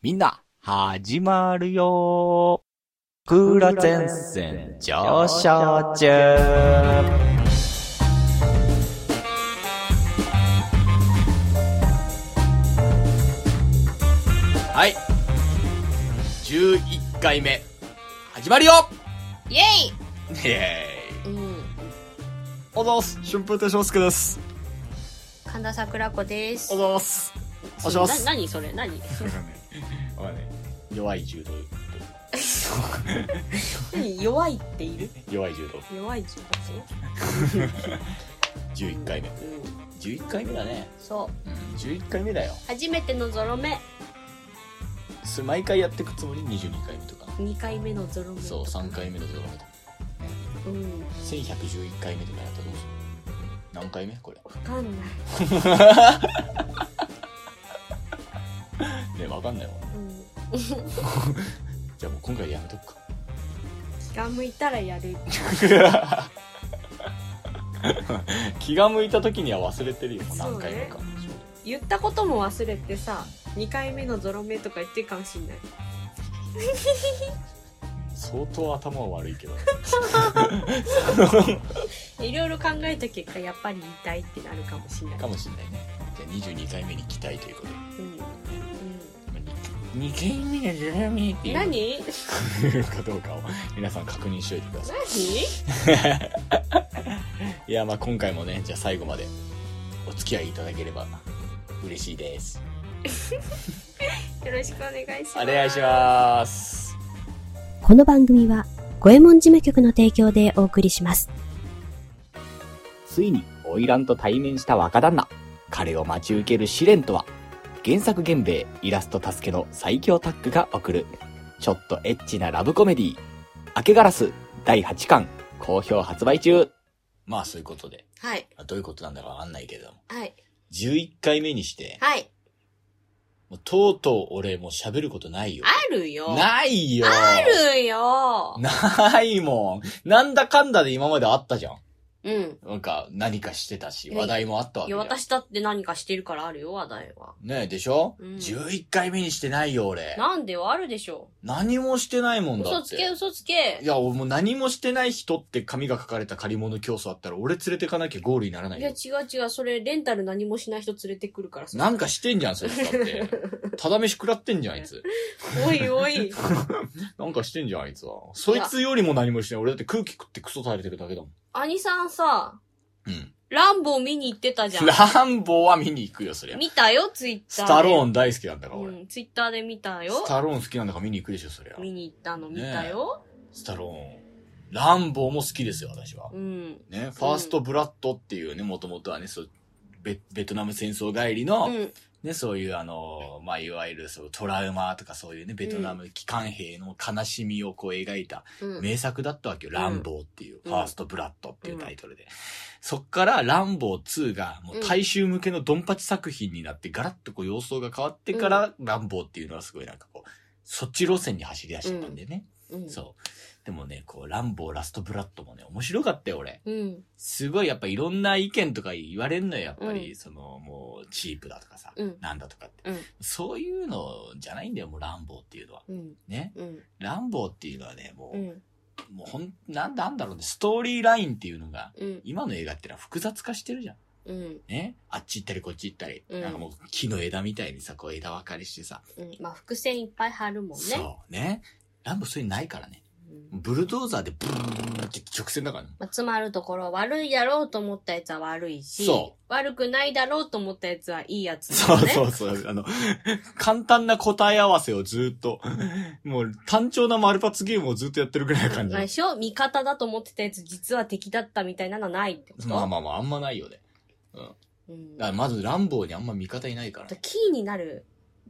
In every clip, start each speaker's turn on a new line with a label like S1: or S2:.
S1: みんな、始まるよクーラ前線上昇中はい。11回目、始まるよ
S2: イエ
S1: イェーイ
S2: イ、うん、
S1: おどす春風亭昇介です。
S2: 神田桜子です。
S1: どうすおど
S2: な何それ何
S1: わかんない弱い柔道。
S2: 何弱いっている
S1: 弱い柔道。
S2: 弱い人たち
S1: 11回目。
S2: うん、
S1: 11回目だね。
S2: そう。
S1: うん、11回目だよ。
S2: 初めてのゾロ目。
S1: それ毎回やっていくつもり22回目とか
S2: 2回目のゾロ目。
S1: そう3回目のところとか
S2: う。うん。
S1: 1111回目とかやったらどうする何回目これ
S2: わかんない。
S1: ねわかんないわ
S2: うん。
S1: じゃあもう今回やめとくか
S2: 気が向いたらやる。
S1: 気が向いた時には忘れてるよもう何回目か
S2: そ言ったことも忘れてさ、2回目のゾロ目とか言ってるかもしんない。
S1: 相当頭悪いけど
S2: いろいろ考えた結果、やっぱり痛いってなるかもしんない。
S1: かもしんないねじゃあ22回目に期待ということで
S2: うん。
S1: 2回目がゼロ目っ
S2: うん。
S1: いう
S2: 何
S1: かどうかを皆さん確認しといてください
S2: 何
S1: いやまあ今回もねじゃあ最後までお付き合いいただければ嬉しいです
S2: よろしくお願いします。
S1: お願いします
S3: この番組は、五右衛門事務局の提供でお送りします。
S1: ついに花魁と対面した若旦那彼を待ち受ける試練とは原作源兵衛イラスト助けの最強タッグが送るちょっとエッチなラブコメディ明けガラス第8巻好評発売中まあそういうことで
S2: はい。
S1: どういうことなんだかわかんないけれども
S2: はい。
S1: 11回目にして
S2: はい。
S1: もうとうとう俺もう喋ることないよ
S2: あるよ。
S1: ないよ
S2: あるよ。
S1: ないもん。なんだかんだで今まであったじゃん。
S2: うん。
S1: なんか、何かしてたし、
S2: うん
S1: 話題もあったわ
S2: い
S1: け
S2: や、
S1: だよ。
S2: 私だって何かしてるからあるよ、話題は。
S1: ねえ、でしょ、
S2: うん
S1: ?11 回目にしてないよ、俺。
S2: なんでよ、あるでしょ。
S1: 何もしてないもんだ
S2: 嘘
S1: っ
S2: つけ、
S1: て。
S2: 嘘つけ
S1: い。や、俺もう何もしてない人って紙が書かれた借り物競争あったら、俺連れてかなきゃゴールにならない
S2: いや、
S1: よ
S2: 違。う違う、それ、レンタル何もしない人連れてくるからさ。
S1: なんかしてんじゃん、そいつだ って。ただ飯食らってんじゃん、あいつ。
S2: おい おい。
S1: なんかしてんじゃん、あいつは。そいつよりも何もしてない。俺だって空気食ってクソ耐えてるだけだもん。
S2: 兄さんさ、
S1: うん。
S2: ランボー見に行ってたじゃん。
S1: ランボーは見に行くよ、そりゃ。
S2: 見たよ、ツイッタ
S1: ス
S2: ーで。
S1: タローン大好きなんだから、俺。
S2: うん、ツイッターで見たよ
S1: ス。タローン好きなんだから見に行くでしょ、そりゃ。
S2: 見に行ったの見たよ。
S1: スタローン。ランボーも好きですよ、私は。
S2: うん。
S1: ね、ファーストブラッドっていうね、もともとはね、そう、ベ、ベトナム戦争帰りの、
S2: うん。
S1: ね、そういうあの、まあ、いわゆるそう、トラウマとかそういうね、ベトナム機関兵の悲しみをこう描いた
S2: うん。
S1: 名作だったわけよ。ランボーっていう、
S2: う
S1: フ
S2: ん
S1: ァーストブラッドっていうタイトルで。そっからランボー2がもう大衆向けのドンパチ作品になって、ガラッとこう様相が変わってから、ランボーっていうのはすごいなんかこう、そっち路線に走り出してたんでね。
S2: うん。
S1: そう。でもね、こう、ランボー、ラストブラッドもね、面白かったよ、俺。
S2: うん。
S1: すごい、やっぱいろんな意見とか言われんのよ、やっぱり。
S2: うん
S1: その、もう、チープだとかさ、
S2: うん。
S1: なんだとかって。
S2: うん
S1: そういうのじゃないんだよ、もう、ランボーっていうのは。
S2: うん。
S1: ね。
S2: うん。
S1: ランボーっていうのはね、も
S2: う
S1: う、
S2: ん。
S1: もうほん、なんなんだろうね、ストーリーラインっていうのが、
S2: うん。
S1: 今の映画ってのは複雑化してるじゃん。
S2: うん。
S1: ね。あっち行ったりこっち行ったり。
S2: うん
S1: なんかもう木の枝みたいにさ、こう枝分かれしてさ。
S2: うん。まあ、伏線いっぱい貼るもんね。
S1: そう。ね。ランボーそういうのないからね。
S2: うん
S1: ブルドーザーでブーンって直線だからね。
S2: まあ、つまるところ、悪いだろうと思ったやつは悪いし、
S1: そ
S2: 悪くないだろうと思ったやつはいいやつだ
S1: そ
S2: よ
S1: う
S2: ね。
S1: そうそう。あの、簡単な答え合わせをずっと、もう単調な丸パツゲームをずっとやってるぐらいな感じ
S2: まあ。でしょ味方だと思ってたやつ実は敵だったみたいなのはないってこと、
S1: まあまあまあ、あんまないよね。
S2: うん、
S1: だからまず、乱暴にあんま味方いないから。
S2: と
S1: い
S2: キーになる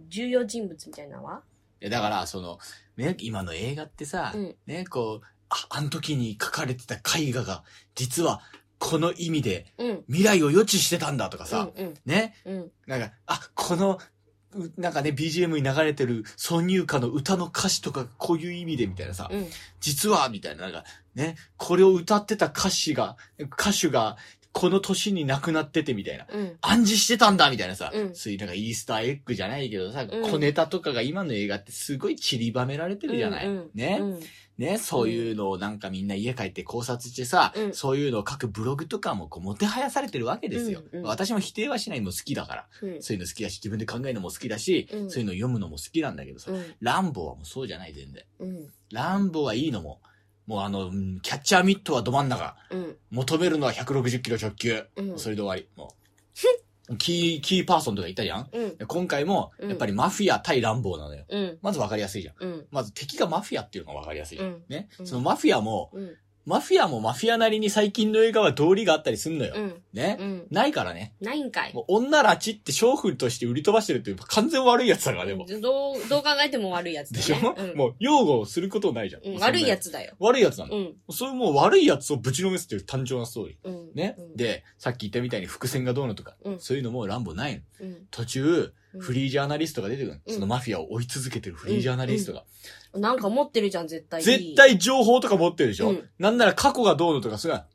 S2: 重要人物みたいなのは
S1: やだから、その、ね、今の映画ってさ、
S2: うん
S1: ね、こう、あ、あの時に書かれてた絵画が、実は、この意味で、
S2: うん。
S1: 未来を予知してたんだとかさ、
S2: うん、
S1: ね、
S2: うん、うん。
S1: なんか、あ、この、うなんかね、BGM に流れてる挿入歌の歌の歌詞とか、こういう意味でみたいなさ、
S2: うん。
S1: 実はみたいな、なんか、ね、これを歌ってた歌詞が、歌手が、この年に亡くなっててみたいな。
S2: うん。
S1: 暗示してたんだみたいなさ、
S2: うん
S1: そういうなんかイースターエッグじゃないけどさ、
S2: ん
S1: 小ネタとかが今の映画ってすごい散りばめられてるじゃない、
S2: うんうん
S1: ね、
S2: うん
S1: ね、そういうのをなんかみんな家帰って考察してさ、
S2: うん
S1: そういうのを書くブログとかもこうもてはやされてるわけですよ、
S2: うんうん
S1: 私も否定はしないも好きだから。
S2: うん
S1: そういうの好きだし、自分で考えるのも好きだし、
S2: うん
S1: そういうの読むのも好きなんだけどさ、
S2: うん
S1: ランボーはもうそうじゃない全然。
S2: うん
S1: ランボーはいいのも、もうあの、うんキャッチャーミットはど真ん中。
S2: うん求
S1: 求めるのは160キロ直球。
S2: うん
S1: それで終わり。もう。キー、キーパーソンとかいたじゃん
S2: うん
S1: 今回も、
S2: うん
S1: やっぱりマフィア対乱暴なのよ。
S2: うん
S1: まず分かりやすいじゃん。
S2: うん
S1: まず敵がマフィアっていうのが分かりやすいじゃん。
S2: うん
S1: ね
S2: う。ん
S1: そのマフィアも、
S2: うん
S1: マフィアもマフィアなりに最近の映画は道理があったりすんのよ。
S2: うん
S1: ね
S2: う。ん
S1: ないからね。
S2: ないんかい
S1: もう女拉致って娼婦として売り飛ばしてるっていう完全悪いやつだから、でも。
S2: どうどう考えても悪いやつ
S1: で
S2: だね
S1: しょ、
S2: うん
S1: もう擁護をすることないじゃん。
S2: うん
S1: もうそんな
S2: 悪いや。つだよ
S1: 悪いやつなの。
S2: うん
S1: そういうもう悪いやつをぶちのめすっていう単調なストーリー。
S2: うん
S1: ね、
S2: うん
S1: で、さっき言ったみたいに伏線がどうのとか、
S2: うん
S1: そういうのもランボないの。
S2: うん
S1: 途中、
S2: うん
S1: フリージャーナリストが出てくるの、
S2: うん
S1: そのマフィアを追い続けてるフリージャーナリストが。
S2: なんか持ってるじゃん絶対
S1: 絶対情報とか持ってるでしょ、
S2: うん
S1: なんなら過去がどうのとか、それは、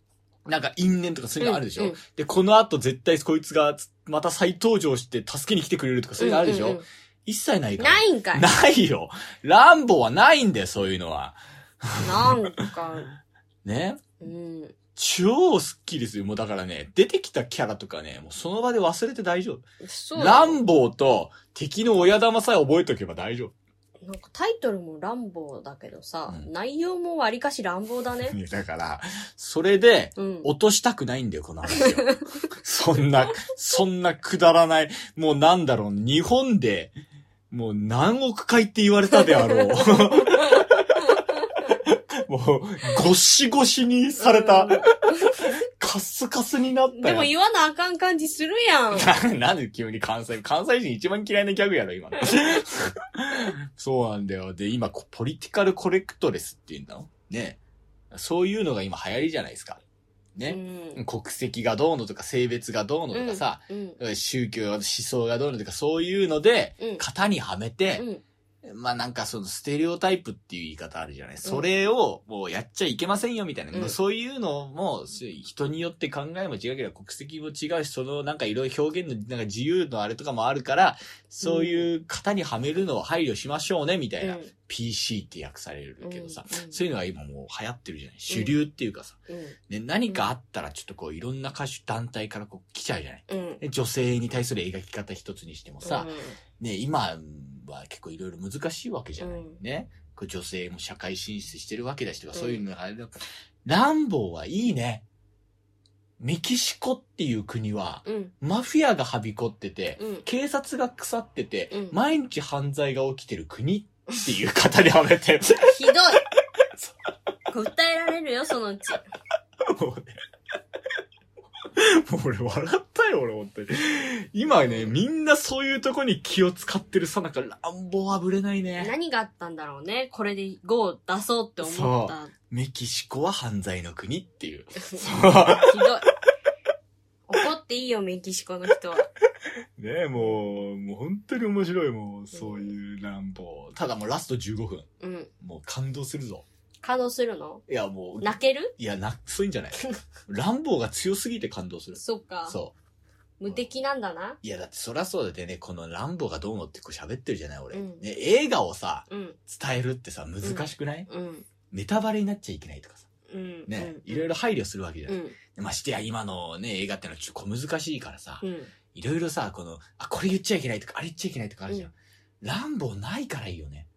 S1: なんか因縁とかそういうのあるでしょ、
S2: うんうん
S1: で、この後絶対こいつがまた再登場して助けに来てくれるとかそういうのあるでしょ、
S2: うんうんうん
S1: 一切ないから。
S2: ないんかい
S1: ないよ。ランボはないんだよ、そういうのは。
S2: なんか
S1: ね。
S2: うん
S1: 超スッキリする。もうだからね、出てきたキャラとかね、もうその場で忘れて大丈
S2: そう
S1: 夫。
S2: だ
S1: ラ
S2: よ
S1: ンボーと敵の親玉さえ覚えておけば大丈夫。
S2: なんかタイトルも乱暴だけどさ、
S1: うん
S2: 内容もわりかし乱暴だね。
S1: いやだから、それで、
S2: うん。
S1: 落としたくないんだよ、この話を。そんな、そんなくだらない、もうなんだろう、日本で、もう何億回って言われたであろう。もう、ゴシゴシにされた。カスカスになった
S2: で
S1: よ
S2: も言わなあかん感じするやん。
S1: な なんで急に関西、関西人一番嫌いなギャグやろ、今 の。そうなんだよ。で、今、こポリティカルコレクトレスっていうんだろね。そういうのが今流行りじゃないですか。ね。
S2: うん。
S1: 国籍がどうのとか性別がどうのとかさ、
S2: うん。
S1: 宗教思想がどうのとかそういうので、
S2: うん
S1: 型にはめて、
S2: うん。
S1: まあなんかそのステレオタイプっていう言い方あるじゃない、それをもうやっちゃいけませんよみたいな、
S2: うん
S1: そういうのもそう人によって考えも違うけど国籍も違うし、そのなんかいろいろ表現のなんか自由のあれとかもあるから、そういう型にはめるのを配慮しましょうねみたいな、PC って訳されるけどさ、
S2: うんうん
S1: そういうのが今もう流行ってるじゃない主流っていうかさ、
S2: う
S1: ね、何かあったらちょっとこういろんな歌手団体からこう来ちゃうじゃない
S2: ん。うん。
S1: で女性に対する描き方一つにしてもさ、ね、今は結構いろいろ難しいわけじゃない、
S2: うん
S1: ね。こう女性も社会進出してるわけだしとか、
S2: うん
S1: そういうのがあれだから、ランボーはいいね。メキシコっていう国は、
S2: うん。うん。
S1: マフィアがはびこってて、
S2: うん。
S1: 警察が腐ってて、
S2: うん
S1: 毎日犯罪が起きてる国っていう方にはめて、
S2: ひどい。訴えられるよ、そのうち。
S1: もうね。もう俺笑ったよ、俺、本当に。今ね、みんなそういうとこに気を使ってるさなか、乱暴はぶれないね。
S2: 何があったんだろうね。これで5を出そうって思った。
S1: メキシコは犯罪の国っていう。
S2: ひ
S1: そう
S2: どい。怒っていいよ、メキシコの人は。
S1: ねもう、もう本当に面白い、もう、そういう乱暴。ただもうラスト15分。
S2: うん。
S1: もう感動するぞ。
S2: 稼働するの
S1: いや、もう、
S2: 泣ける
S1: いや、な、そういうん じゃない。乱暴が強すぎて感動する。
S2: そっか。
S1: そう。
S2: 無敵なんだな。
S1: いや、だってそりゃそうだってね、このランボがどうのってこう喋ってるじゃない、俺。
S2: うん
S1: ね、映画をさ、
S2: うん。
S1: 伝えるってさ、難しくない、
S2: うん。
S1: ネタバレになっちゃいけないとかさ。
S2: うん。
S1: ね、
S2: うん
S1: いろいろ配慮するわけじゃ
S2: う
S1: ない。
S2: ん。
S1: ましてや、今のね、映画ってのはちょっと小難しいからさ、
S2: うん。
S1: いろいろさ、この、あ、これ言っちゃいけないとか、あれ言っちゃいけないとかあるじゃん。ランボないからいいよね。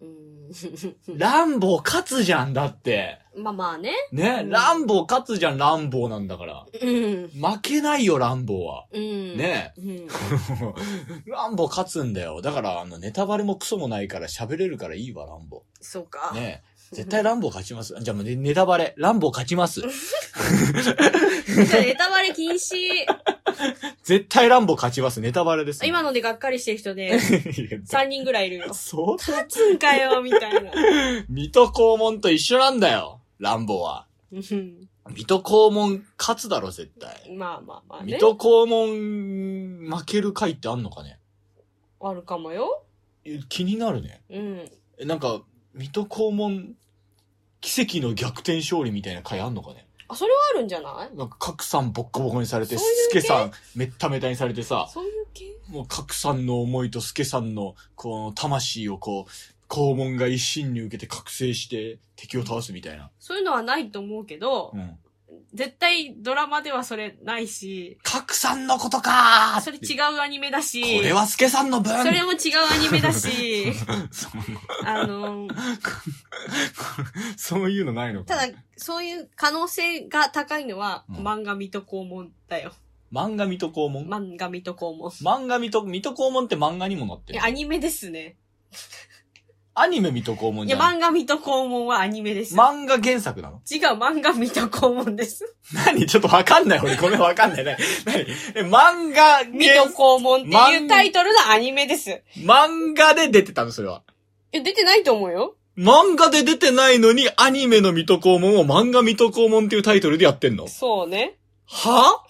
S2: うん。
S1: ランボ勝つじゃんだって。
S2: まあまあね。
S1: ね、
S2: うん
S1: ランボ勝つじゃん、ランボなんだから。
S2: うん。
S1: 負けないよ、ランボは。
S2: うん。。
S1: ね
S2: うん。
S1: ランボ勝つんだよ。だから、あの、ネタバレもクソもないから喋れるからいいわ、ランボ。
S2: そうか。
S1: ねえ。絶対ランボ勝ちます。じゃあもうねネタバレ。ランボ勝ちます。
S2: じゃあ ネタバレ禁止。
S1: 絶対ランボ勝ちます。ネタバレです。
S2: 今
S1: の。
S2: のでがっかりしてる 人で、3人ぐらいいるよ。
S1: そう
S2: 勝つんかよ、み たいな。
S1: 水戸黄門と一緒なんだよ。ランボは。
S2: うん
S1: 水戸黄門勝つだろ、絶対。
S2: まあまあまあ
S1: 水
S2: ね。
S1: 戸黄門負ける回ってあんのかね
S2: あるかもよ。
S1: え気になるね。
S2: うん。
S1: えなんか、水戸黄門奇跡の逆転勝利みたいな回あんのかね
S2: あそれはあるんじゃない
S1: なんか、角さんボッコボコにされて、
S2: そういう
S1: ス
S2: 系
S1: ケさんめっためたにされてさ、
S2: そういう系
S1: もう角さんの思いとスケさんの、この魂をこう、肛門が一心に受けて覚醒して敵を倒すみたいな。
S2: そういうのはないと思うけど、
S1: うん。
S2: 絶対ドラマではそれないし、
S1: 角さんのことかー
S2: それ
S1: って
S2: 違うアニメだし、
S1: これはスケさんの分
S2: それも違うアニメだし、
S1: そ
S2: あの、
S1: そういうのないのか
S2: た
S1: な
S2: だ、そういう可能性が高いのは、
S1: うん
S2: 漫画水戸黄門だよ。
S1: 漫画水戸黄門、
S2: 漫画水戸黄門。
S1: 漫画水戸、水戸黄門って漫画にもなって
S2: い
S1: る
S2: や、。アニメですね。
S1: アニメ水戸黄門
S2: い
S1: じ
S2: や、
S1: ゃん。
S2: 漫画水戸黄門はアニメです。
S1: 漫画原作なの
S2: 違う、漫画水戸黄門です。
S1: 何ちょっとわかんない。俺、ごめん、わかんない。何何え漫画
S2: 水戸
S1: 原、
S2: 黄門っていうタイトルのアニメです。い
S1: 漫画で出てたの、それは。
S2: や、出てないと思うよ。
S1: 漫画で出てないのに、アニメの水戸黄門を漫画水戸黄門っていうタイトルでやってんの
S2: そうね。
S1: は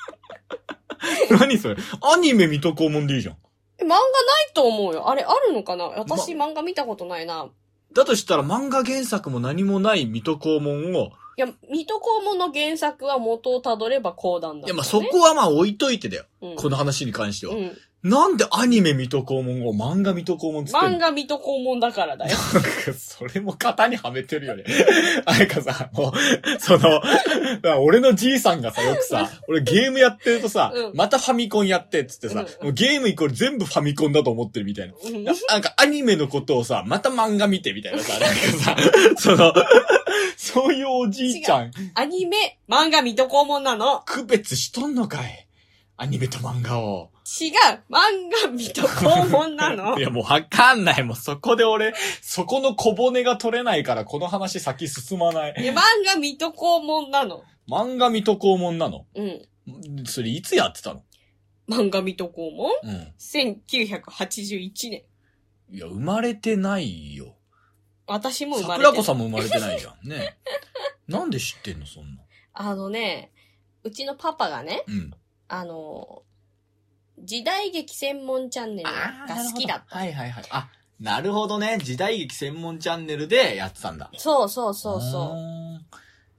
S1: 何それアニメ水戸黄門でいいじゃん。
S2: え漫画ないと思うよ。あれ、あるのかな私、漫画見たことないな。
S1: だとしたら漫画原作も何もない水戸黄門を、
S2: いや、水戸黄門の原作は元をたどれば講談だ、
S1: いやまあそ、こはまあ置いといてだよ。
S2: うん、
S1: この話に関しては。
S2: うん。
S1: なんでアニメ水戸黄門を漫画水戸黄門っつってん
S2: 漫
S1: の
S2: 画水戸黄門だからだよ。
S1: それも型にはめてるよね。 あやかさ、もう、その、だから俺のじいさんがさ、よくさ、俺ゲームやってるとさ、
S2: うん
S1: またファミコンやってっつってさ、
S2: うん
S1: もうゲームイコール全部ファミコンだと思ってるみたいな。
S2: うん
S1: ななんかアニメのことをさ、また漫画見てみたいな さ、なんかさ、その、そういうおじいちゃん、
S2: アニメ、漫画水戸黄門なの。
S1: 区別しとんのかいアニメと漫画を。
S2: 違う漫画水戸黄門なの
S1: いや、もうわかんない。もうそこで俺、そこの小骨が取れないから、この話先進まない。
S2: いや、漫画水戸黄門なの。
S1: 漫画水戸黄門なの
S2: うん。
S1: それいつやってたの
S2: 漫画水戸黄門
S1: うん。
S2: ?1981 年。
S1: いや、生まれてないよ。
S2: 私も生まれて
S1: 桜子さ
S2: ん。
S1: んも生まれてないじゃん。ね。なんで知ってんのそんな。
S2: あのね、うちのパパがね、
S1: うん。
S2: あの、時代劇専門チャンネルが好きだった。
S1: はいはいはい。あ、なるほどね。時代劇専門チャンネルでやってたんだ。
S2: そうそうそうそう。
S1: う。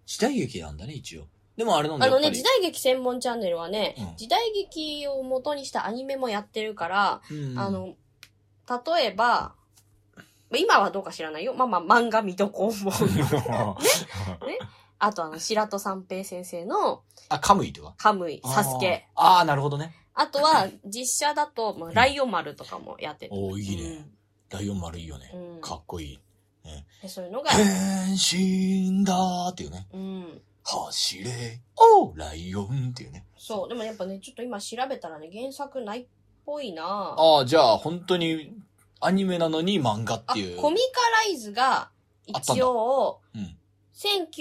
S1: 時代劇なんだね、一応。でもあれなんだ
S2: あの
S1: や
S2: ね、
S1: っぱり
S2: 時代劇専門チャンネルはね、
S1: うん
S2: 時代劇を元にしたアニメもやってるから、
S1: うん
S2: あ、の、例えば、今はどうか知らないよ。まあまあ、漫画水戸黄 門。あとあの、白戸三平先生の
S1: あ、カムイとか
S2: カムイ、サスケ。。
S1: あーあー、なるほどね。
S2: あとは、実写だと、まあ、ライオン丸とかもやってて。
S1: おおいいね。ライオン丸いいよね。
S2: うん
S1: かっこいい。
S2: で そういうのが、
S1: 変身だーっていうね。
S2: うん。
S1: 走れ、おーライオンっていうね。
S2: そう。でもやっぱね、ちょっと今調べたらね、原作ないっぽいなあ
S1: ああ、じゃあ本当にアニメなのに漫画っていう。
S2: コミカライズが、一応、
S1: うん。、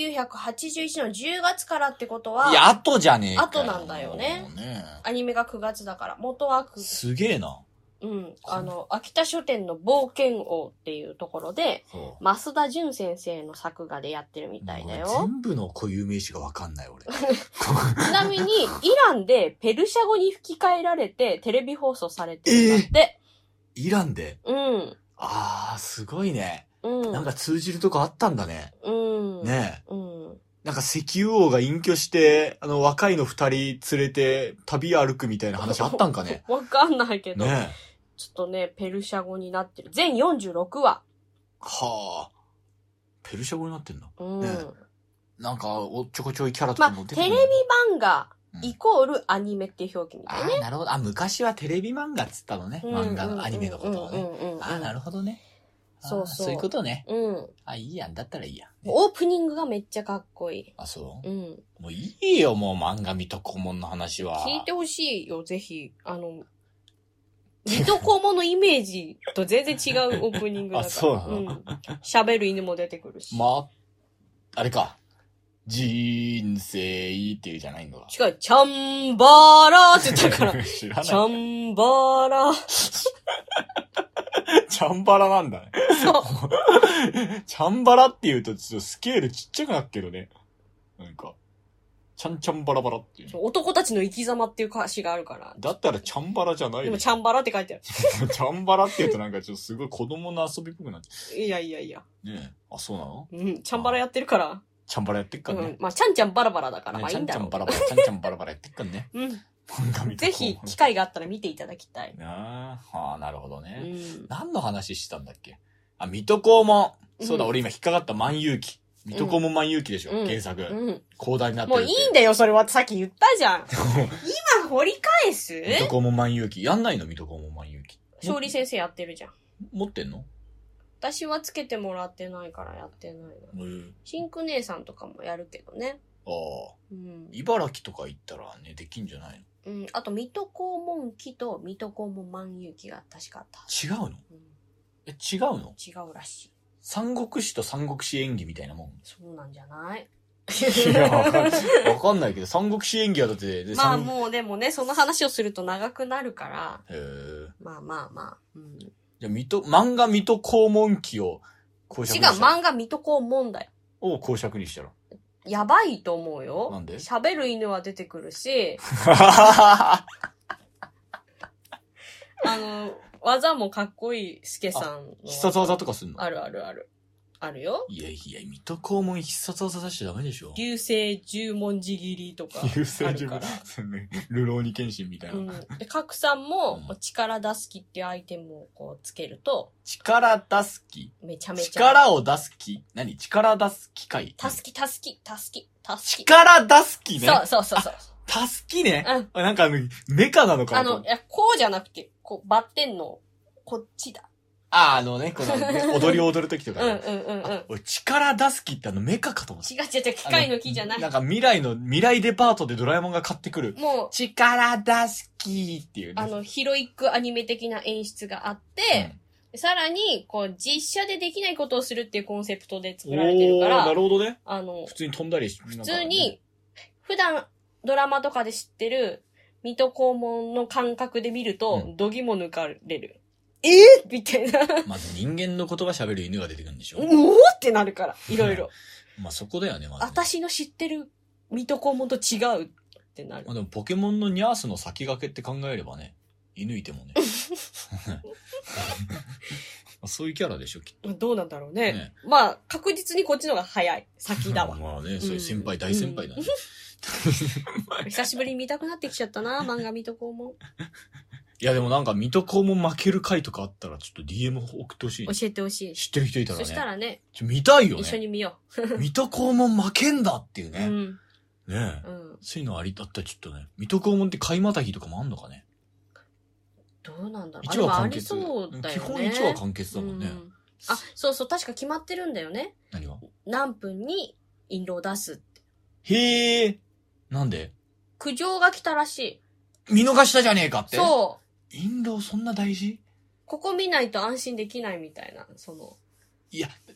S2: 1981の10月からってことはい
S1: や、後じゃねえかよ。
S2: 後なんだよね
S1: もうね
S2: アニメが9月だから、元はく、
S1: すげえな。
S2: うん、あの、秋田書店の冒険王っていうところで、
S1: そう
S2: 増田淳先生の作画でやってるみたいだ
S1: もう
S2: よ。
S1: 全部の固有名詞がわかんない 俺。
S2: ちなみに、イランでペルシャ語に吹き替えられて、テレビ放送されてるんだって。
S1: イランで。
S2: うん。
S1: ああ、すごいね。
S2: うん。
S1: なんか通じるとこあったんだね。
S2: うん。
S1: ねえ。
S2: うん。。
S1: なんか石油王が隠居して、あの若いの二人連れて旅歩くみたいな話あったんかね
S2: わかんないけど、
S1: ねえ。
S2: ちょっとね、ペルシャ語になってる。全46話。
S1: はあ。ペルシャ語になってんだ。
S2: うん。
S1: ねなんか、おっちょこちょいキャラと
S2: ま
S1: か
S2: あ
S1: も、出て
S2: テ
S1: る
S2: レビ
S1: の
S2: 漫画イコールアニメっていう表記みたい
S1: あ
S2: ね。
S1: あ、なるほど。あ、昔はテレビ漫画っつったのね。漫画のアニメのことをね。
S2: ね
S1: ああ、なるほどね。あー
S2: そうそう
S1: そういうことね。
S2: ほど。うん。
S1: あ、いいやん。だったらいいやん。ね
S2: オープニングがめっちゃかっこいい。
S1: あ、そ
S2: うん。
S1: うもういいよ、もう漫画見とこもんの話は。
S2: 聞いてほしいよ、ぜひ。あの、水戸黄門のイメージと全然違 うオープニングだから。
S1: あそうなの
S2: ん。喋る犬も出てくるし。
S1: ま、あれか。人生っていうじゃないのか。
S2: 違う、チャンバラーって言ったから。チ
S1: 知らない。
S2: ャンバラー。
S1: チャンバラなんだね。
S2: そう。
S1: チャンバラって言うとちょっとスケールちっちゃくなっけどね。なんか、ちゃんちゃんバラバラっていうね。
S2: 男たちの生き様っていう歌詞があるから。
S1: だったらチャンバラじゃない
S2: で
S1: よ
S2: も、。チャンバラって書いて あ
S1: チャンバラって言うとなんかちょっとすごい子供の遊びっぽくなっちゃ
S2: る。いやいやいや。
S1: う。ねえ。あ、そうなの
S2: うん、チャンバラやってるから。
S1: ちゃんばらやってっか
S2: う
S1: らね
S2: ん。。まあ、ちゃんちゃんバラバラだから、
S1: ね
S2: まあい
S1: ち
S2: い
S1: ゃ
S2: ん
S1: んち
S2: だ
S1: ゃ
S2: ろ
S1: ん
S2: う
S1: バラ
S2: けど
S1: バ。ラ、ちゃんちゃんバラバラやってっから ね。
S2: う
S1: 漫画
S2: ん。
S1: 見て
S2: ぜひ、機会があったら見ていただきたい。
S1: なあ、はあ、なるほど
S2: う
S1: ね。
S2: ん。
S1: 何の話してたんだっけあ、水戸黄門。そうだ、
S2: うん
S1: 俺今引っかかった万有記。水戸黄門万有記でしょ、
S2: うん
S1: 原作。
S2: うん。
S1: 広大になって
S2: も
S1: る
S2: う
S1: って
S2: いいんだよ、それは。さっき言ったじゃん。今、掘り返す
S1: 水戸黄門万有記。やんないの水戸黄門万有記。
S2: 勝利先生やってるじゃん。
S1: 持ってんの
S2: 私はつけてもらってないからやってないな。
S1: へえ
S2: シンク姉さんとかもやるけどね。
S1: ああ。
S2: うん。
S1: 茨城とか行ったらね、できんじゃない
S2: うん。あと、水戸黄門記と水戸黄門万有記が確かあったはず。
S1: の違うの
S2: うん
S1: え、違うの
S2: 違うらしい。
S1: 三国志と三国志演技みたいな もん。
S2: そうなんじゃない
S1: いや、わかんないわかんないけど、三国志演技はだって、で
S2: まあ
S1: 三
S2: もうでもね、その話をすると長くなるから、
S1: へえ。
S2: まあまあまあ。うん、違う、
S1: じゃあ、水戸、漫画水戸黄門記を、公爵にしたら。
S2: 漫画水戸黄門だよ。
S1: を公爵にした ら。
S2: やばいと思うよ。
S1: なんで
S2: 喋る犬は出てく るし、あの、技もかっこいい、スケさんの。
S1: 必殺技とかすんの
S2: あるあるある。あるよ。
S1: いやいや、水戸黄門必殺技出しちゃダメでしょ。
S2: 流星十文字切りとか。
S1: 流星十
S2: あ
S1: 分
S2: るから。
S1: ルローニケンシンみたいな。
S2: うん。で、角さんも
S1: うん、
S2: もう力出す気っていうアイテムをこうつけると、
S1: 力出す気
S2: めちゃめちゃ。
S1: 力を出す気何力出す機会
S2: たすき、たすき、たすき、たすき。
S1: 力出す気ね。
S2: そうそうそうそう。
S1: たすきね。
S2: うん。
S1: あなんかあの、メカなのか
S2: あ
S1: なと
S2: の、
S1: 思っ
S2: い
S1: た
S2: や、こうじゃなくて、こう、バッテンの、こっちだ。
S1: あ、あのね、このね、踊りを踊るときと
S2: うんうん
S1: かね。
S2: うんうん。違う
S1: 俺、力出す気ってあの、メカかと思って
S2: 違う違う、機械の木じゃない
S1: あの。なんか未来の、未来デパートでドラえもんが買ってくる。
S2: もう、
S1: 力出す気っていうね。
S2: あの、ヒロイックアニメ的な演出があっ
S1: うん
S2: て、さらに、こう、実写でできないことをするっていうコンセプトで
S1: お
S2: 作
S1: ー
S2: られてるから
S1: な、るほどね。
S2: あの
S1: 普、通に飛んだりし、普
S2: 普通に、普段ドラマとかで知ってる、水戸黄門の感覚で見ると、
S1: う
S2: 度肝抜かれる。
S1: え
S2: みたいな。
S1: まず人間の言葉喋る犬が出てくるんでしょ
S2: うおーってなるから、いろいろ。
S1: まあそこだよね、まずね。
S2: 私の知ってる水戸黄門と違うってなる
S1: まあ。でもポケモンのニャースの先駆けって考えればね、犬いても ね。そういうキャラでしょ、きっ
S2: どうなんだろう
S1: と
S2: ね。
S1: ね。
S2: まあ、確実にこっちの方が早い。先だ わ。
S1: まあね、そういう先輩、大先輩だね。
S2: 久しぶりに見たくなってきちゃったな、漫画見とこ うも。
S1: いやでもなんか、水戸黄門負ける回とかあったら、ちょっと DM 送ってほしいね。
S2: 教えてほしい。
S1: 知ってる人いたら
S2: そ
S1: ね。
S2: したらね、
S1: ちょ見たいよ
S2: 一緒
S1: ね。
S2: に見よ
S1: 水戸黄門負けんだっていう
S2: う。
S1: ね。
S2: うん。
S1: ねえ
S2: うん。
S1: そういうのありだったらちょっとね。水戸黄門って買いまたぎとかもあんのかね。
S2: どうなんだろう。
S1: 一話完
S2: あでもあり
S1: 結。
S2: そうだよ
S1: 基
S2: ね。
S1: 本一話完結だもんね。
S2: うんあ、そうそう、確か決まってるんだよね。
S1: 何が
S2: 何分に印籠を出す。
S1: へえ。なんで
S2: 苦情が来たらし
S1: 見逃したじゃねえかっ
S2: い。
S1: て。う。
S2: そう。
S1: 印籠そんな大事
S2: ここ見ないと安心できないみたいな、その。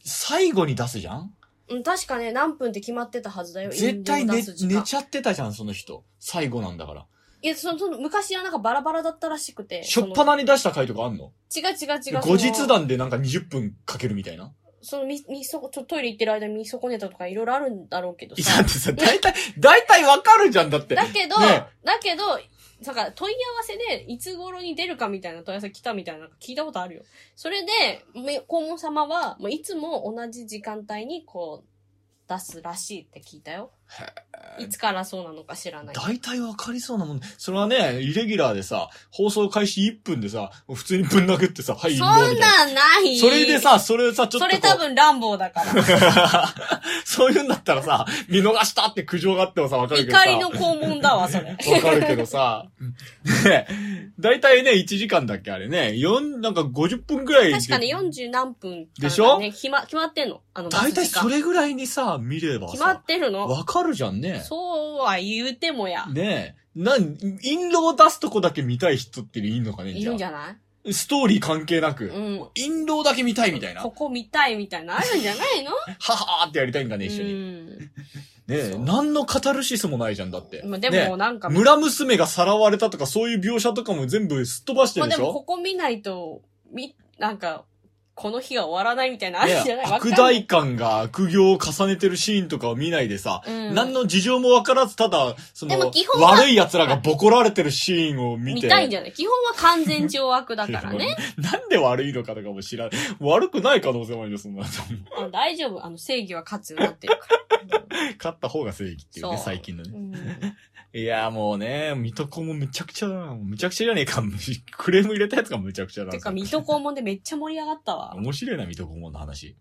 S1: 最後に出すじゃん
S2: うん、確かね、何分って決まってたはずだよ。
S1: 絶対
S2: 飲料
S1: 寝
S2: 出す時間
S1: 寝ちゃってたじゃん、その人。最後なんだから。
S2: いや、その、その昔はなんかバラバラだったらしくて。
S1: しょっぱなに出した回とかあんの
S2: その違う違う違う。
S1: 後日
S2: その。
S1: 談でなんか20分かけるみたいな。
S2: その、み、みそ、ちょ、トイレ行ってる間に見損ねたとかいろいろあるんだろうけど
S1: いやだ
S2: さ
S1: っ。てさ、大体、 大体わかるじゃん、だって。
S2: だけど、
S1: ね
S2: だけど、だから問い合わせで、いつ頃に出るかみたいな問い合わせ来たみたいな、聞いたことあるよ。それで、め黄門様は、もういつも同じ時間帯にこう、出すらしいって聞いたよ。いつからそうなのか知らないけど。
S1: 大体わかりそうなもん。それはね、イレギュラーでさ、放送開始1分でさ、もう普通にぶん殴ってさ、はい、
S2: そ
S1: もうみ
S2: ん
S1: たい
S2: なんない
S1: な。それで、さ、それをさ、ちょっ
S2: そ
S1: とこ
S2: れ
S1: う。
S2: 多分乱暴だから。
S1: そういうんだったらさ、見逃したって苦情があってもさ、わかるけど
S2: 怒
S1: さ。
S2: りの肛門だわ、そ れ。
S1: わかるけど さ、ねだいたいね、1時間だっけあれね、4、なんか50分くらいで。
S2: 確かね、40何分かな
S1: でしょ
S2: ね、決ま、決まってんの。あの、
S1: だいたい
S2: 出す時間
S1: それぐらいにさ、見れば
S2: 決ま
S1: さ
S2: っ、てるの。
S1: わかるじゃんね。
S2: そうは言うてもや。
S1: ねえ。なん、印籠を出すとこだけ見たい人っているのかね
S2: い
S1: じゃ
S2: るん
S1: あ
S2: じゃない
S1: ストーリー関係なく。
S2: うん。
S1: 印籠だけ見たいみたいな。
S2: こ
S1: は
S2: こ見たいみたいな、あるんじゃないの
S1: はーってやりたいんだね、 一緒に。ねえ
S2: そ、う
S1: 何のカタルシスもないじゃんだって。
S2: うん。まあ、で
S1: ね
S2: も、
S1: え
S2: なんか、ま
S1: 村娘がさらわれたとか、そういう描写とかも全部すっ飛ばして
S2: あ
S1: るでし
S2: でも、
S1: ょ
S2: ここ見ないと、み、なんか、この日が終わらないみたいな、あ
S1: ね
S2: るんじゃ
S1: え
S2: ないわか
S1: 悪
S2: んない
S1: 代官が悪行を重ねてるシーンとかを見ないでさ、
S2: うん
S1: 何の事情もわからず、ただ、そ
S2: で
S1: の
S2: も基、本は
S1: 悪い奴らがボコられてるシーンを見て。
S2: 見たいんじゃない基本は完全懲悪だ からね。
S1: いや。なんで悪いのかとかも 知らない。悪くない可能性もあるよ、そんなの。
S2: あ大丈夫。あの、正義は勝つようになってるから。うん
S1: 勝った方が正義 っていうね、
S2: そう
S1: 最近のね
S2: う。ん
S1: いやーもうね、水戸黄門むちゃくちゃだな。むちゃくちゃじゃねえか。 クレーム入れたやつがむちゃくちゃだな。
S2: てか、水戸黄門でめっちゃ盛り上がったわ。
S1: 面白いな、水戸黄門の 話。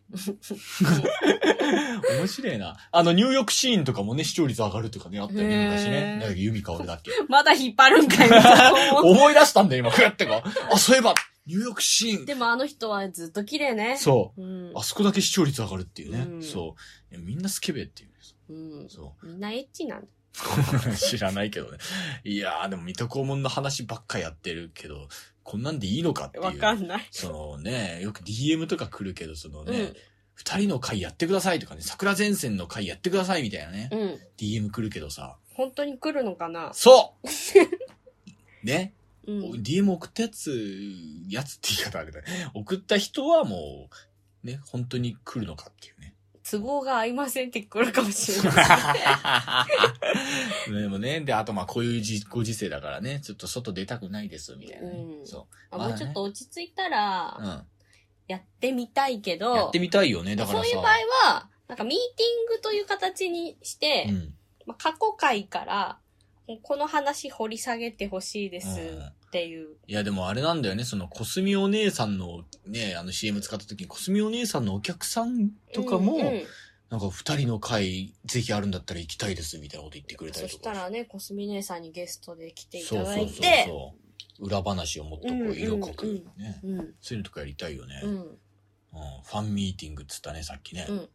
S1: 面白いな。あの、入浴シーンとかもね、視聴率上がるとかね、あったよ
S2: へ
S1: ね、
S2: ー
S1: 昔ね。なんだっけ、弓薫だ っけ。
S2: まだ引っ張るんかい、水戸 黄門。
S1: 思い出したんだよ、今、ふやってか。あ、そういえば、入浴シーン。
S2: でもあの人はずっと綺麗ね。。
S1: そう
S2: ん
S1: う。あ。そこだけ視聴率上がるっていうね。
S2: うん
S1: そう。みんなスケベっていう。
S2: うん。
S1: そ
S2: みんなエッチなんだ。
S1: う。 知らないけどね。いやー、でも、水戸黄門の話ばっかやってるけど、こんなんでいいのかっていう。
S2: わかんない。
S1: そのね、よく DM とか来るけど、その
S2: う
S1: ね
S2: ん、。
S1: 二、人の回やってくださいとかね、桜前線の回やってくださいみたいなね、
S2: うん。
S1: DM 来るけど さ、
S2: 本当に来るのかな
S1: そう ね、
S2: うん。
S1: DM 送ったやつ、やつって言い方あれだね。送った人はもう、ね、本当に来るのかっていう ね。
S2: 都合が合いませんって来るかもし れない。
S1: でもね、で、あとまあこういうじご時世だからね、ちょっと外出たくないです、みたいなね。
S2: うん
S1: そ
S2: あもうちょっと落ち着いたら
S1: う。う、ん。
S2: やってみたいけど、
S1: やってみたいよね、だから
S2: そう
S1: さ。
S2: いう場合は、なんかミーティングという形にして、
S1: うん。
S2: まあ、過去回から、この話掘り下げてほしいです
S1: うん
S2: っていう。
S1: いや、でもあれなんだよね、その、コスミお姉さんの、ね、あの CM 使った時に、コスミお姉さんのお客さんとかも、
S2: うんうん
S1: なんか二人の会、ぜひあるんだったら行きたいです、みたいなこと言ってくれたり
S2: そ
S1: と
S2: し
S1: か。
S2: たらね、コスミ姉さんにゲストで来ていただ
S1: そうそう
S2: い
S1: そう
S2: て、
S1: そう。裏話をもっとこ
S2: うんうんう
S1: う、
S2: ん
S1: 色濃くね、
S2: うん、
S1: そういうのとかやりたいよね、
S2: う
S1: うん
S2: ん、
S1: ファンミーティングっつったね、さっきね、
S2: うん
S1: フ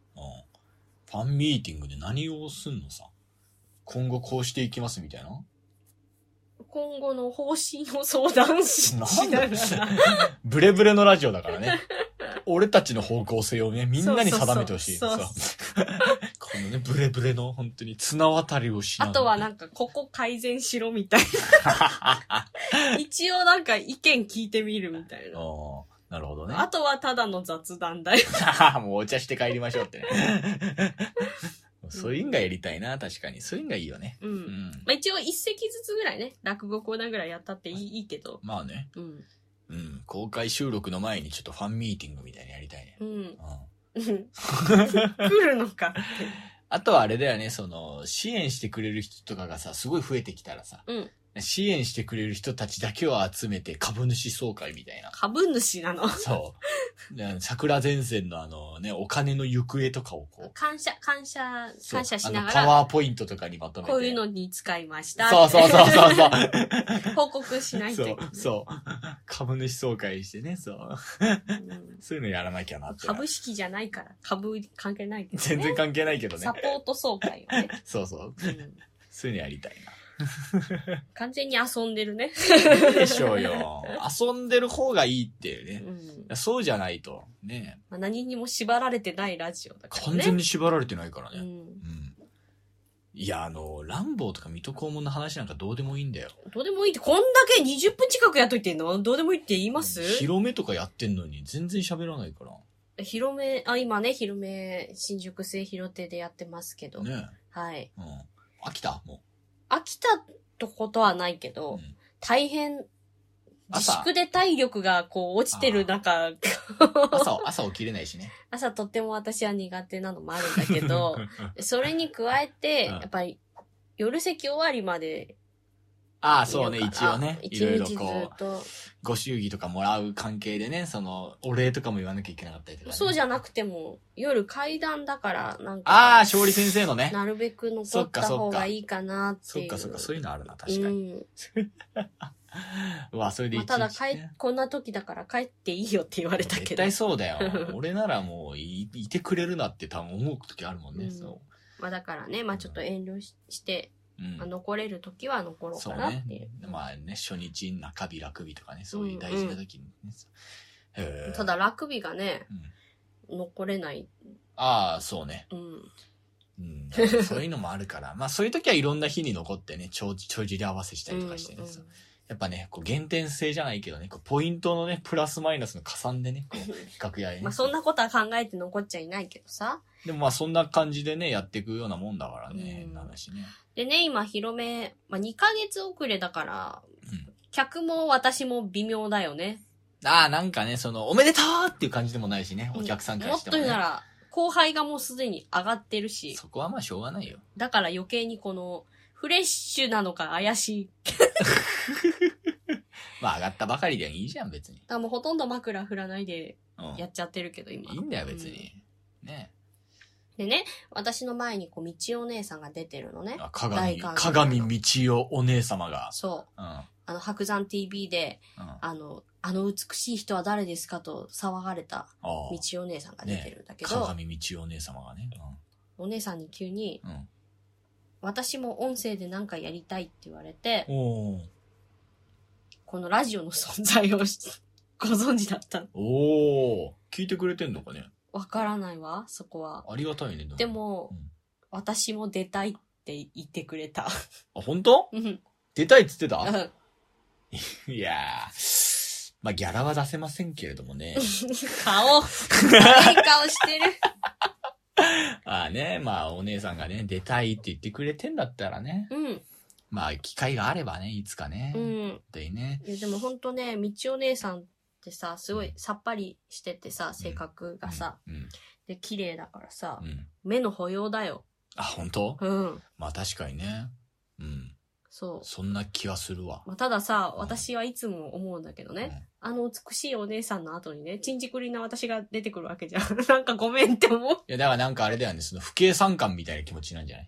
S1: ァンミーティングで何をすんのさ。今後こうしていきますみたいな。
S2: 今後の方針を相談し
S1: なん
S2: な
S1: だ
S2: がら。
S1: ブレブレのラジオだからね。俺たちの方向性をね、みんなに定めてほしい。
S2: そうそうそう
S1: そうこのね、ブレブレの本当に綱渡りをしな
S2: あ
S1: がら
S2: とはなんか、ここ改善しろみたいな。 一応なんか意見聞いてみるみたいな。
S1: おーなるほどね。
S2: あとはただの雑談だよ。
S1: もうお茶して帰りましょうってね。 そういうのがやりたいな、確かに。そういうのがいいよね。
S2: う。
S1: うんん。
S2: まあ一応一席ずつぐらいね、落語コーナーぐらいやったっていいいいけど。
S1: まあね。
S2: うん。
S1: うん。公開収録の前にちょっとファンミーティングみたいにやりたいね。
S2: うん。
S1: うん。
S2: うん 来るのか。
S1: あとはあれだよね、その、支援してくれる人とかがさ、すごい増えてきたらさ、
S2: うん
S1: 支援してくれる人たちだけを集めて株主総会み たいな。
S2: 株主なの。
S1: そう。で桜前線のあのね、お金の行方とかをこう、
S2: 感謝、感謝、
S1: そう
S2: 感謝しなが
S1: あのパ
S2: ら、
S1: ワーポイントとかにまとめて。
S2: こういうのに使いました。
S1: そうそうそうそうそう。
S2: 報告しないと
S1: そ、
S2: いう
S1: そう。株主総会してね、そう。
S2: うん
S1: そういうのやらなきゃなって。
S2: 株式じゃないから。株関係ないけどね。
S1: 全然関係ないけどね
S2: サ。ポート総会をね。
S1: そうそう。
S2: うん
S1: そういうのやりたいな。
S2: 完全に遊んでるね。
S1: いいでしょう よ。遊んでる方がいいっていうね。
S2: うん
S1: そうじゃないと。ね
S2: まあ何にも縛られてないラジオだから
S1: 完
S2: ね。
S1: 全に縛られてないからね。
S2: うん
S1: うん。いや、あの、ランボーとか水戸黄門の話なんかどうでもいいんだよ。
S2: どうでもいいって、こんだけ20分近くやっといてんのどうでもいいって言います
S1: 広めとかやってんのに全然喋らないから。
S2: 広め、あ、今ね、広め、新宿末広亭でやってますけど。
S1: ね
S2: はい。
S1: うん。飽きたも
S2: 飽きたとことはないけ
S1: う。う
S2: ど、
S1: ん
S2: 大変、自
S1: 朝
S2: 粛で体力がこう落ちてる中、
S1: 朝、朝起きれないしね。
S2: 朝とっても私は苦手なのもあるん だけど、それに加えて、
S1: うん
S2: やっぱり、夜席終わりまで
S1: ああ、
S2: いよ
S1: そう
S2: か
S1: ね、
S2: ら。
S1: 一応ね。いろいろ
S2: 一日ず
S1: こう
S2: っ。と。
S1: ご祝儀とかもらう関係でね、その、お礼とかも言わなきゃいけなかったりとか、ね。
S2: そうじ
S1: ゃ
S2: ゃなくても、夜階段だから、なんか。
S1: ああ、勝利先生のね。
S2: なるべく残った方がいいかなって
S1: そ
S2: い
S1: っ
S2: う。
S1: かそっか、そう
S2: う
S1: いうのあるな、確かに。
S2: ん
S1: うわ、それで
S2: まあ、
S1: 一
S2: ただ
S1: 日、
S2: 帰
S1: ね。、
S2: こんな時だから帰っていいよって言われたけ
S1: 絶
S2: ど。
S1: 対そう だよ。俺ならもうい、いてくれるなって多分思う時あるもんね。
S2: うん
S1: そ
S2: まあだからね、まあちょっと遠慮しして、
S1: う。うん。
S2: まあ、残れる時は残ろう
S1: そ
S2: か
S1: う
S2: な
S1: ね
S2: っていう。。
S1: まあね、初日、中日、楽日とかね、そういう大事な時にね。そうへえ
S2: ただ、ラグビーがね、
S1: うん
S2: 残れない。
S1: ああ、そうね。
S2: うん。
S1: うん。だからそういうのもあるから。まあそういう時はいろんな日に残ってね、ちょうちょうじり合わせしたりとかしてね。そうやっぱね、こう減点制じゃないけどね、こうポイントのね、プラスマイナスの加算でね、 こう比較や
S2: う
S1: ね。
S2: んまあそんなことは考えて残っちゃいないけどさ。
S1: でもまあそんな感じでね、やっていくようなもんだからね、
S2: うん
S1: 変な話ね。
S2: でね、今広め、まあ2ヶ月遅れだから、
S1: うん
S2: 客も私も微妙だよね。
S1: ああ、なんかね、その、おめでとうっていう感じでもないしね、お客さんから
S2: もっ
S1: して
S2: と
S1: も、ね。
S2: 言うなら、後輩がもうすでに上がってるし、
S1: そこはまあしょうがないよ。
S2: だから余計にこの、フレッシュなのか怪しい。
S1: まあ上がったばかりでいいじゃん、別に。
S2: あもうほとんど枕振らないで
S1: うん。
S2: やっちゃってるけど、今。
S1: いいんだよ、別
S2: うん
S1: に。ね
S2: でね、私の前にこう、道お姉さんが出てるのね。
S1: あ
S2: 大
S1: 鏡、
S2: 観
S1: 鏡道夫お姉様が。
S2: そう。
S1: うん。うん。
S2: あの、白山 TV で、あの、あの美しい人は誰ですかと騒がれた
S1: ああ
S2: 道お姉さんが出てるんだけど、
S1: 鏡道夫お姉様がね。
S2: お姉さんに急に、
S1: うん。うん。
S2: 私も音声で何かやりたいって言われて、
S1: おー
S2: このラジオの存在をしご存知だったの。
S1: おー聞いてくれてんのかね
S2: わからないわ、そこは。
S1: ありがたいね。も
S2: でも、
S1: うん
S2: 私も出たいって言ってくれた。
S1: あ、本当
S2: うん
S1: 出たいっつって
S2: う
S1: た
S2: ん
S1: いやー。まあ、ギャラは出せませんけれども ね。
S2: 顔、悪い顔してる。
S1: ああね、まあ、お姉さんがね、出たいって言ってくれてんだったらね。
S2: うん。
S1: まあ、機会があればね、いつかね。
S2: う
S1: 本
S2: ん。
S1: 当にね。
S2: いやでもほんとね、みちお姉さんってさ、すごいさっぱりしててさ、性格がさ、
S1: うん。
S2: で、綺麗だからさ
S1: う、ん。
S2: 目の保養だよ。
S1: あ、本当
S2: うん。
S1: まあ、確かにね。うん。
S2: そ
S1: そんな気はするわ
S2: う。。まあ、たださ、
S1: うん
S2: 私はいつも思うんだけどね、あの美しいお姉さんの後にね、ちんちくりんな私が出てくるわけじゃん。 なんかごめんって思
S1: い
S2: う。
S1: や、だからなんかあれだよね、その不敬参観みたいな 気持ちなんじゃない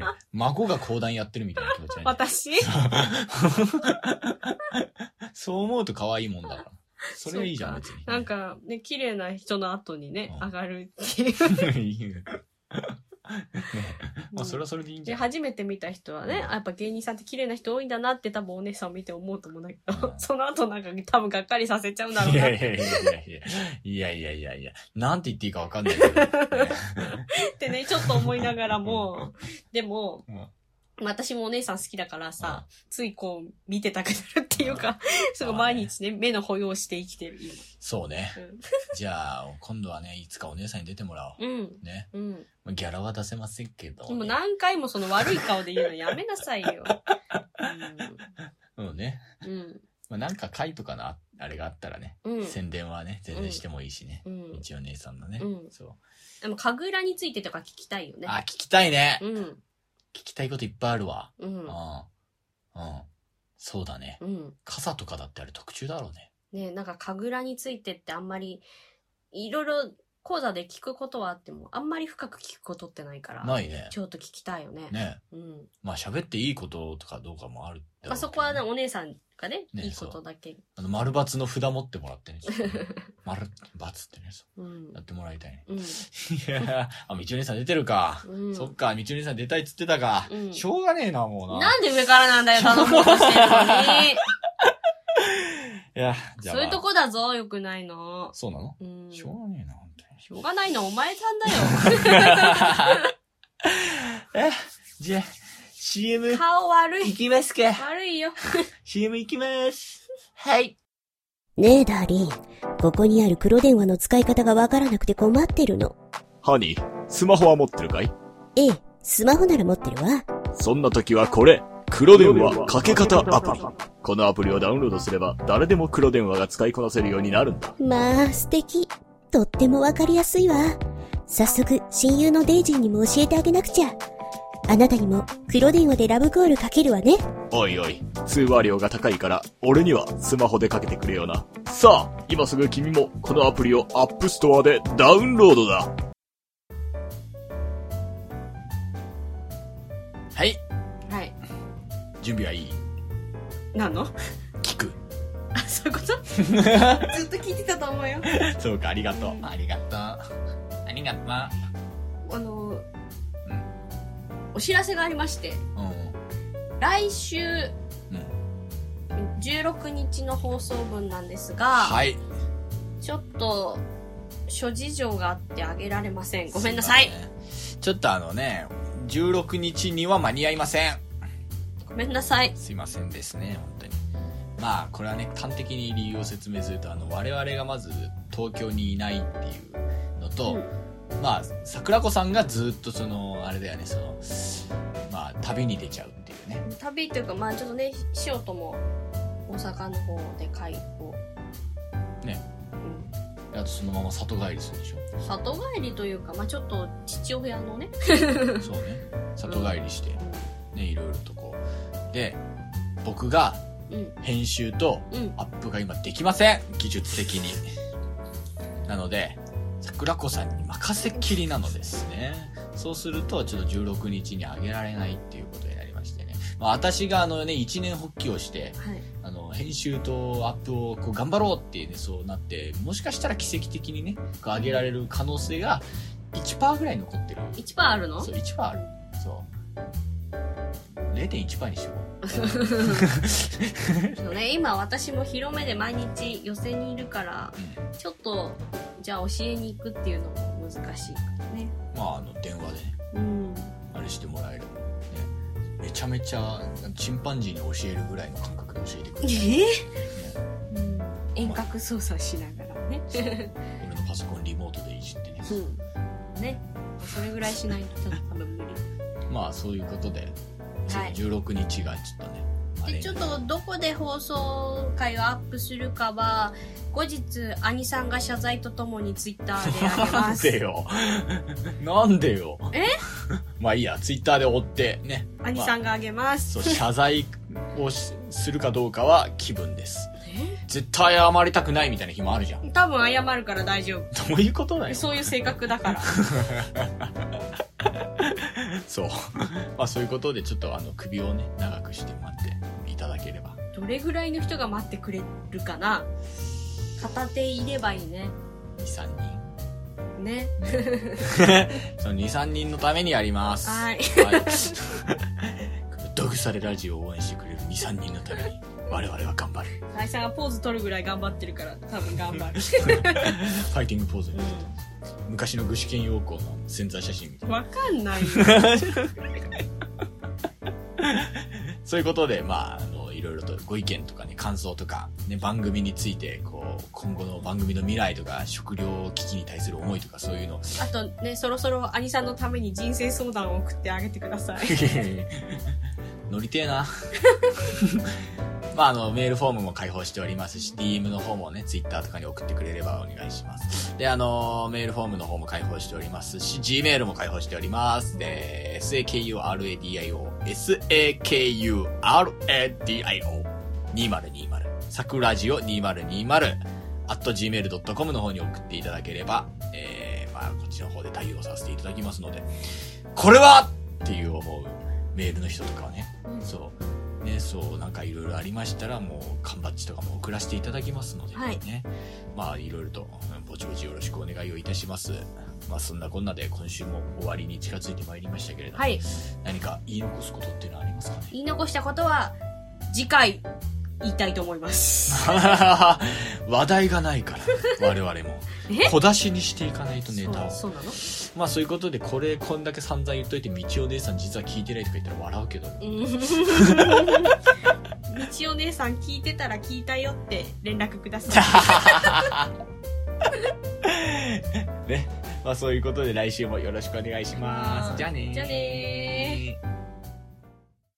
S1: ね孫が講談やってるみたいな気持ちなんじ
S2: 私
S1: ゃないそう思うと可愛いもんだから。それはいいじゃん、
S2: そ
S1: 別に。
S2: うなんかね、綺麗な人の後にね、
S1: うん
S2: 上がるっていう。
S1: いいね。ね まあ、それはそれでいいんじ
S2: で、
S1: ゃない、
S2: 初めて見た人はね、
S1: うん
S2: あやっぱ芸人さんって綺麗な人多いんだなって多分お姉さんを見て思うと思うんだけど、
S1: うん
S2: その後なんか多分がっかりさせちゃうんだろう
S1: いや
S2: ないっ
S1: やいやいやいやいやいやいやなんて言っていいかわかんないけど、ね
S2: てね、ちょっと思いながらも、でも、
S1: うん
S2: まあ私もお姉さん好きだからさ、ついこう見てたくなるっていう か、すごい毎日ね、目の保養して生きてる。
S1: そうね
S2: 今。うん
S1: じゃあ今度はねいつかお姉さんに出てもらお
S2: うん。
S1: うね
S2: うん。
S1: まあギャラは出せませんけど、
S2: でも何回もその悪い顔で言うのやめなさいよ。
S1: うんね
S2: うん。
S1: まあ、なんか会とかのああれがあったらね、
S2: うん。
S1: 宣伝はね、全然してもいいしね。
S2: うん。
S1: 一応姉さんのね。
S2: うん
S1: そ
S2: でも、神楽についてとか聞きたいよ
S1: う。
S2: ね。
S1: あ、聞きたいね、
S2: うん。
S1: 聞きたいこといっぱいあるわ。
S2: う
S1: うんん。。うん。そうだね。
S2: うん。
S1: 傘とかだってあれ特注だろうね。
S2: ねなんか、神楽についてってあんまり、いろいろ講座で聞くことはあっても、あんまり深く聞くことってないから、
S1: ないね。
S2: ちょっと聞きたいよね。
S1: ね。
S2: うん。
S1: まあ喋っていいこととかどうかもあるだろうけど
S2: まあ、そこはね、お姉さんがね、
S1: ね
S2: いいことだけ。
S1: あの、丸×の札持ってもら ってね。ちょっとね丸、×ってね、そう
S2: うん
S1: や。ってもらいたいね。
S2: うん。
S1: いやー あ、みちお姉さん出てるか。
S2: うん
S1: そっか、みちお姉さん出たいっつってたか。
S2: うん
S1: しょうがねえな、もうな。
S2: なんで上からなんだよ、頼もうと してるのに。
S1: いや、じゃあ、
S2: そういうと
S1: こ。
S2: こだぞ、よくないの。
S1: そうなの
S2: うん。
S1: しょうがねえな、本当に。
S2: しょうがないのはお前さんだ よ。
S1: え、じゃあ、CM
S2: 顔悪い。
S1: きますか。
S2: 悪いよ。
S1: CM 行きます。はい。
S3: ねえ、ダーリン。ここにある黒電話の使い方がわからなくて困ってるの。
S4: ハニー、スマホは持ってるかい
S3: ええ、スマホなら持ってるわ。
S4: そんな時はこれ、黒電話かけ方アプリ。このアプリをダウンロードすれば、誰でも黒電話が使いこなせるようになるんだ。
S3: まあ、素敵。とってもわかりやすいわ。早速、親友のデイジーにも教えてあげなくちゃ。あなたにも黒電話でラブコールかけるわね。
S4: おいおい、通話料が高いから、俺にはスマホでかけてくれよな。さあ、今すぐ君も、このアプリをアップストアでダウンロードだ。
S1: はい。
S2: はい。
S1: 準備はいい
S2: なの
S1: 聞 く。
S2: あ、そういう ことずっと聞いてたと思うよ。
S1: そうか、ありがとう。ありがとう。ありがと
S2: あの
S1: うん、
S2: お知らせがありまして、
S1: う。うん。
S2: 来週
S1: うん。
S2: 16日の放送分なんですが、
S1: はい。
S2: ちょっと、諸事情があってあげられません。ごめんなさい
S1: す。ません。ちょっとあのね、16日には間に合いません。
S2: ごめんなさい。
S1: すいませんですね、本当に。まあ、これはね、端的に理由を説明すると、あの、我々がまず東京にいないっていうのと、まあ、桜子さんがずっとその、あれだよね、その、まあ、旅に出ちゃうっていうね。
S2: 旅というか、まあちょっとね、しおとも大阪の方で会を。
S1: ね
S2: うん。
S1: あとそのまま里帰りするでしょ
S2: 里帰りというか、まあちょっと父親 のね、
S1: そうね里帰りしてねいろいろとこうで僕が
S2: うん
S1: 編集と
S2: うん
S1: アップが今できません技術的になので桜子さんに任せっきりなのですねそうするとちょっと16日にあげられないっていうことになりましてね、まあ、私があのね一年発起をして
S2: はい、
S1: あの編集とアップをこう頑張ろうっていうねそうなってもしかしたら奇跡的にねこう上げられる可能性が1%ぐらい残ってる
S2: 1%あるの
S1: そう1%あるそう0.1%にしよ
S2: そうね、今私も広めで毎日寄せにいるから
S1: う、うん
S2: ちょっとじゃあ教えに行くっていうのも難しいからね
S1: まああの電話でね
S2: うん
S1: あれしてもらえる、ね、めちゃめちゃチンパンジーに教えるぐらいの感覚で教えてくれる、
S2: え
S1: ね、
S2: 遠隔操作しながらね
S1: 俺のパソコンリモートでいじってね
S2: うんねそれぐらいしないとちょっと多分無理
S1: まあそういうことで、
S2: はい
S1: 16日がちょっとねあれ
S2: でちょっとどこで放送回をアップするかは後日兄さんが謝罪とともにツイッターであげ
S1: な
S2: ま
S1: ん
S2: す
S1: でよ なんでよ
S2: え
S1: まあいいやツイッターで追ってね
S2: 兄さんがあげます、
S1: そう謝罪をしするかどうかは気分です
S2: え
S1: 絶対謝りたくないみたいな日もあるじゃんど
S2: 多分謝るから大丈
S1: ういうことだ
S2: 夫
S1: よ
S2: そういう性格だから
S1: そう。 まあそういうことで、ちょっとあの、首をね、長くして待っていただければ。
S2: どれぐらいの人が待ってくれるかな片手いればいいね
S1: 2、3人。
S2: ね
S1: その2、3人のためにやります。
S2: はい
S1: はい。ドグサレラジオを応援してくれる2、3人のために、我々は頑張る。
S2: 愛さんがポーズ取るぐらい頑張ってるから多分頑 張る、
S1: ファイティングポーズ。昔の具志堅用高の潜在写真みたい
S2: うん、わかん ないよ
S1: な。そういうことで、まあ、あの、いろいろとご意見とかね、感想とか、ね、番組について、こう、今後の番組の未来とか、食料危機に対する思いとか、そういうの
S2: あとねそろそろ兄さんのために人生相談を送ってあげてくだ さい
S1: 乗りてえな。 まあ、あの、メールフォームも開放しておりますし、DM の方もね、Twitter とかに送ってくれればお願いします。で、あの、メールフォームの方も開放しておりますし、Gmail も開放しております。で、sakuradio、sakuradio、2020、桜ジオ2020、at gmail.com の方に送っていただければ、えー、まあ、こっちの方で対応させていただきますので、これはっていう思うメールの人とかはね、そう、ね、そう、なんかいろいろありましたら、もう、缶バッジとかも送らせていただきますので、
S2: はい
S1: ね。まあ、いろいろと、うんぼちぼちよろしくお願いをいたします。まあ、そんなこんなで今週も終わりに近づいてまいりましたけれども、
S2: はい
S1: 何か言い残すことっていうのはありますかね
S2: 言い残したことは次回言いたいと思います
S1: 話題がないから、我々も
S2: え。
S1: 小出しにしていかないとネタを。
S2: そうそうなの
S1: まあそういうことで、これこんだけ散々言っといて、道お姉さん実は聞いてないとか言ったら笑うけど、
S2: 道お姉さん聞いてたら聞いたよって連絡ください
S1: ね。まあそういうことで来週もよろしくお願いします。じゃあねー
S2: じゃあねー